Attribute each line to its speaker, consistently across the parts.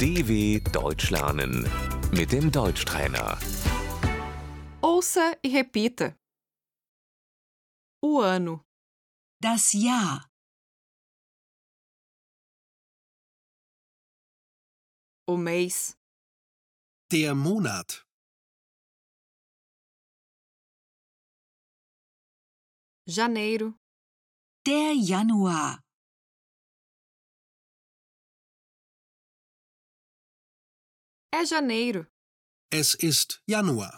Speaker 1: DW Deutsch lernen mit dem Deutschtrainer.
Speaker 2: Ouça e repita. O ano,
Speaker 3: Das Jahr,
Speaker 2: o mês,
Speaker 4: Der Monat,
Speaker 2: janeiro,
Speaker 3: der Januar,
Speaker 2: é janeiro,
Speaker 4: es ist Januar,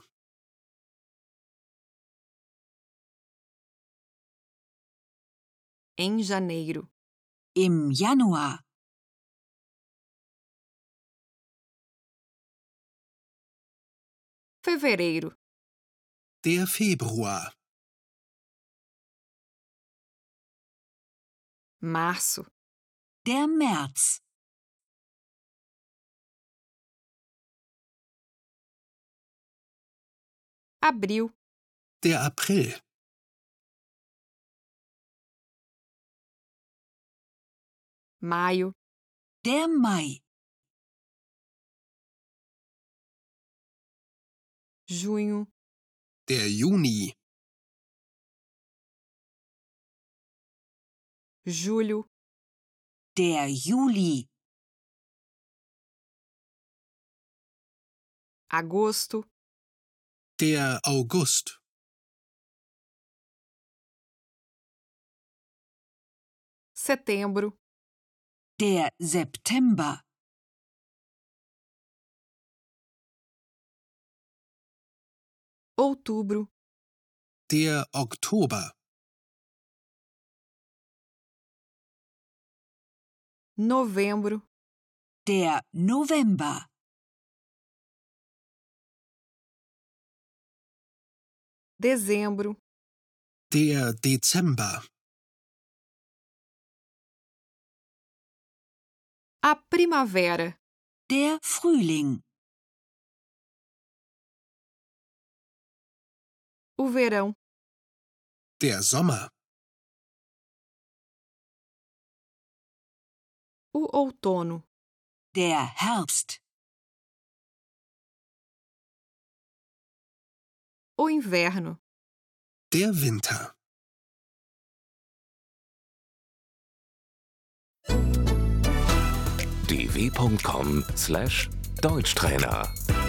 Speaker 2: em janeiro,
Speaker 3: im Januar,
Speaker 2: fevereiro,
Speaker 4: der Februar,
Speaker 2: março,
Speaker 3: der März,
Speaker 2: abril,
Speaker 4: der April,
Speaker 2: maio,
Speaker 3: der Mai,
Speaker 2: junho,
Speaker 4: der Juni,
Speaker 2: julho,
Speaker 3: der Juli,
Speaker 2: agosto,
Speaker 4: der August,
Speaker 2: setembro,
Speaker 3: der September,
Speaker 2: outubro,
Speaker 4: der Oktober,
Speaker 2: novembro,
Speaker 3: der November,
Speaker 2: dezembro,
Speaker 4: der Dezember,
Speaker 2: a primavera,
Speaker 3: der Frühling,
Speaker 2: o verão,
Speaker 4: der Sommer,
Speaker 2: o outono,
Speaker 3: der Herbst,
Speaker 2: o inverno,
Speaker 4: der Winter.
Speaker 1: dw.com/deutschtrainer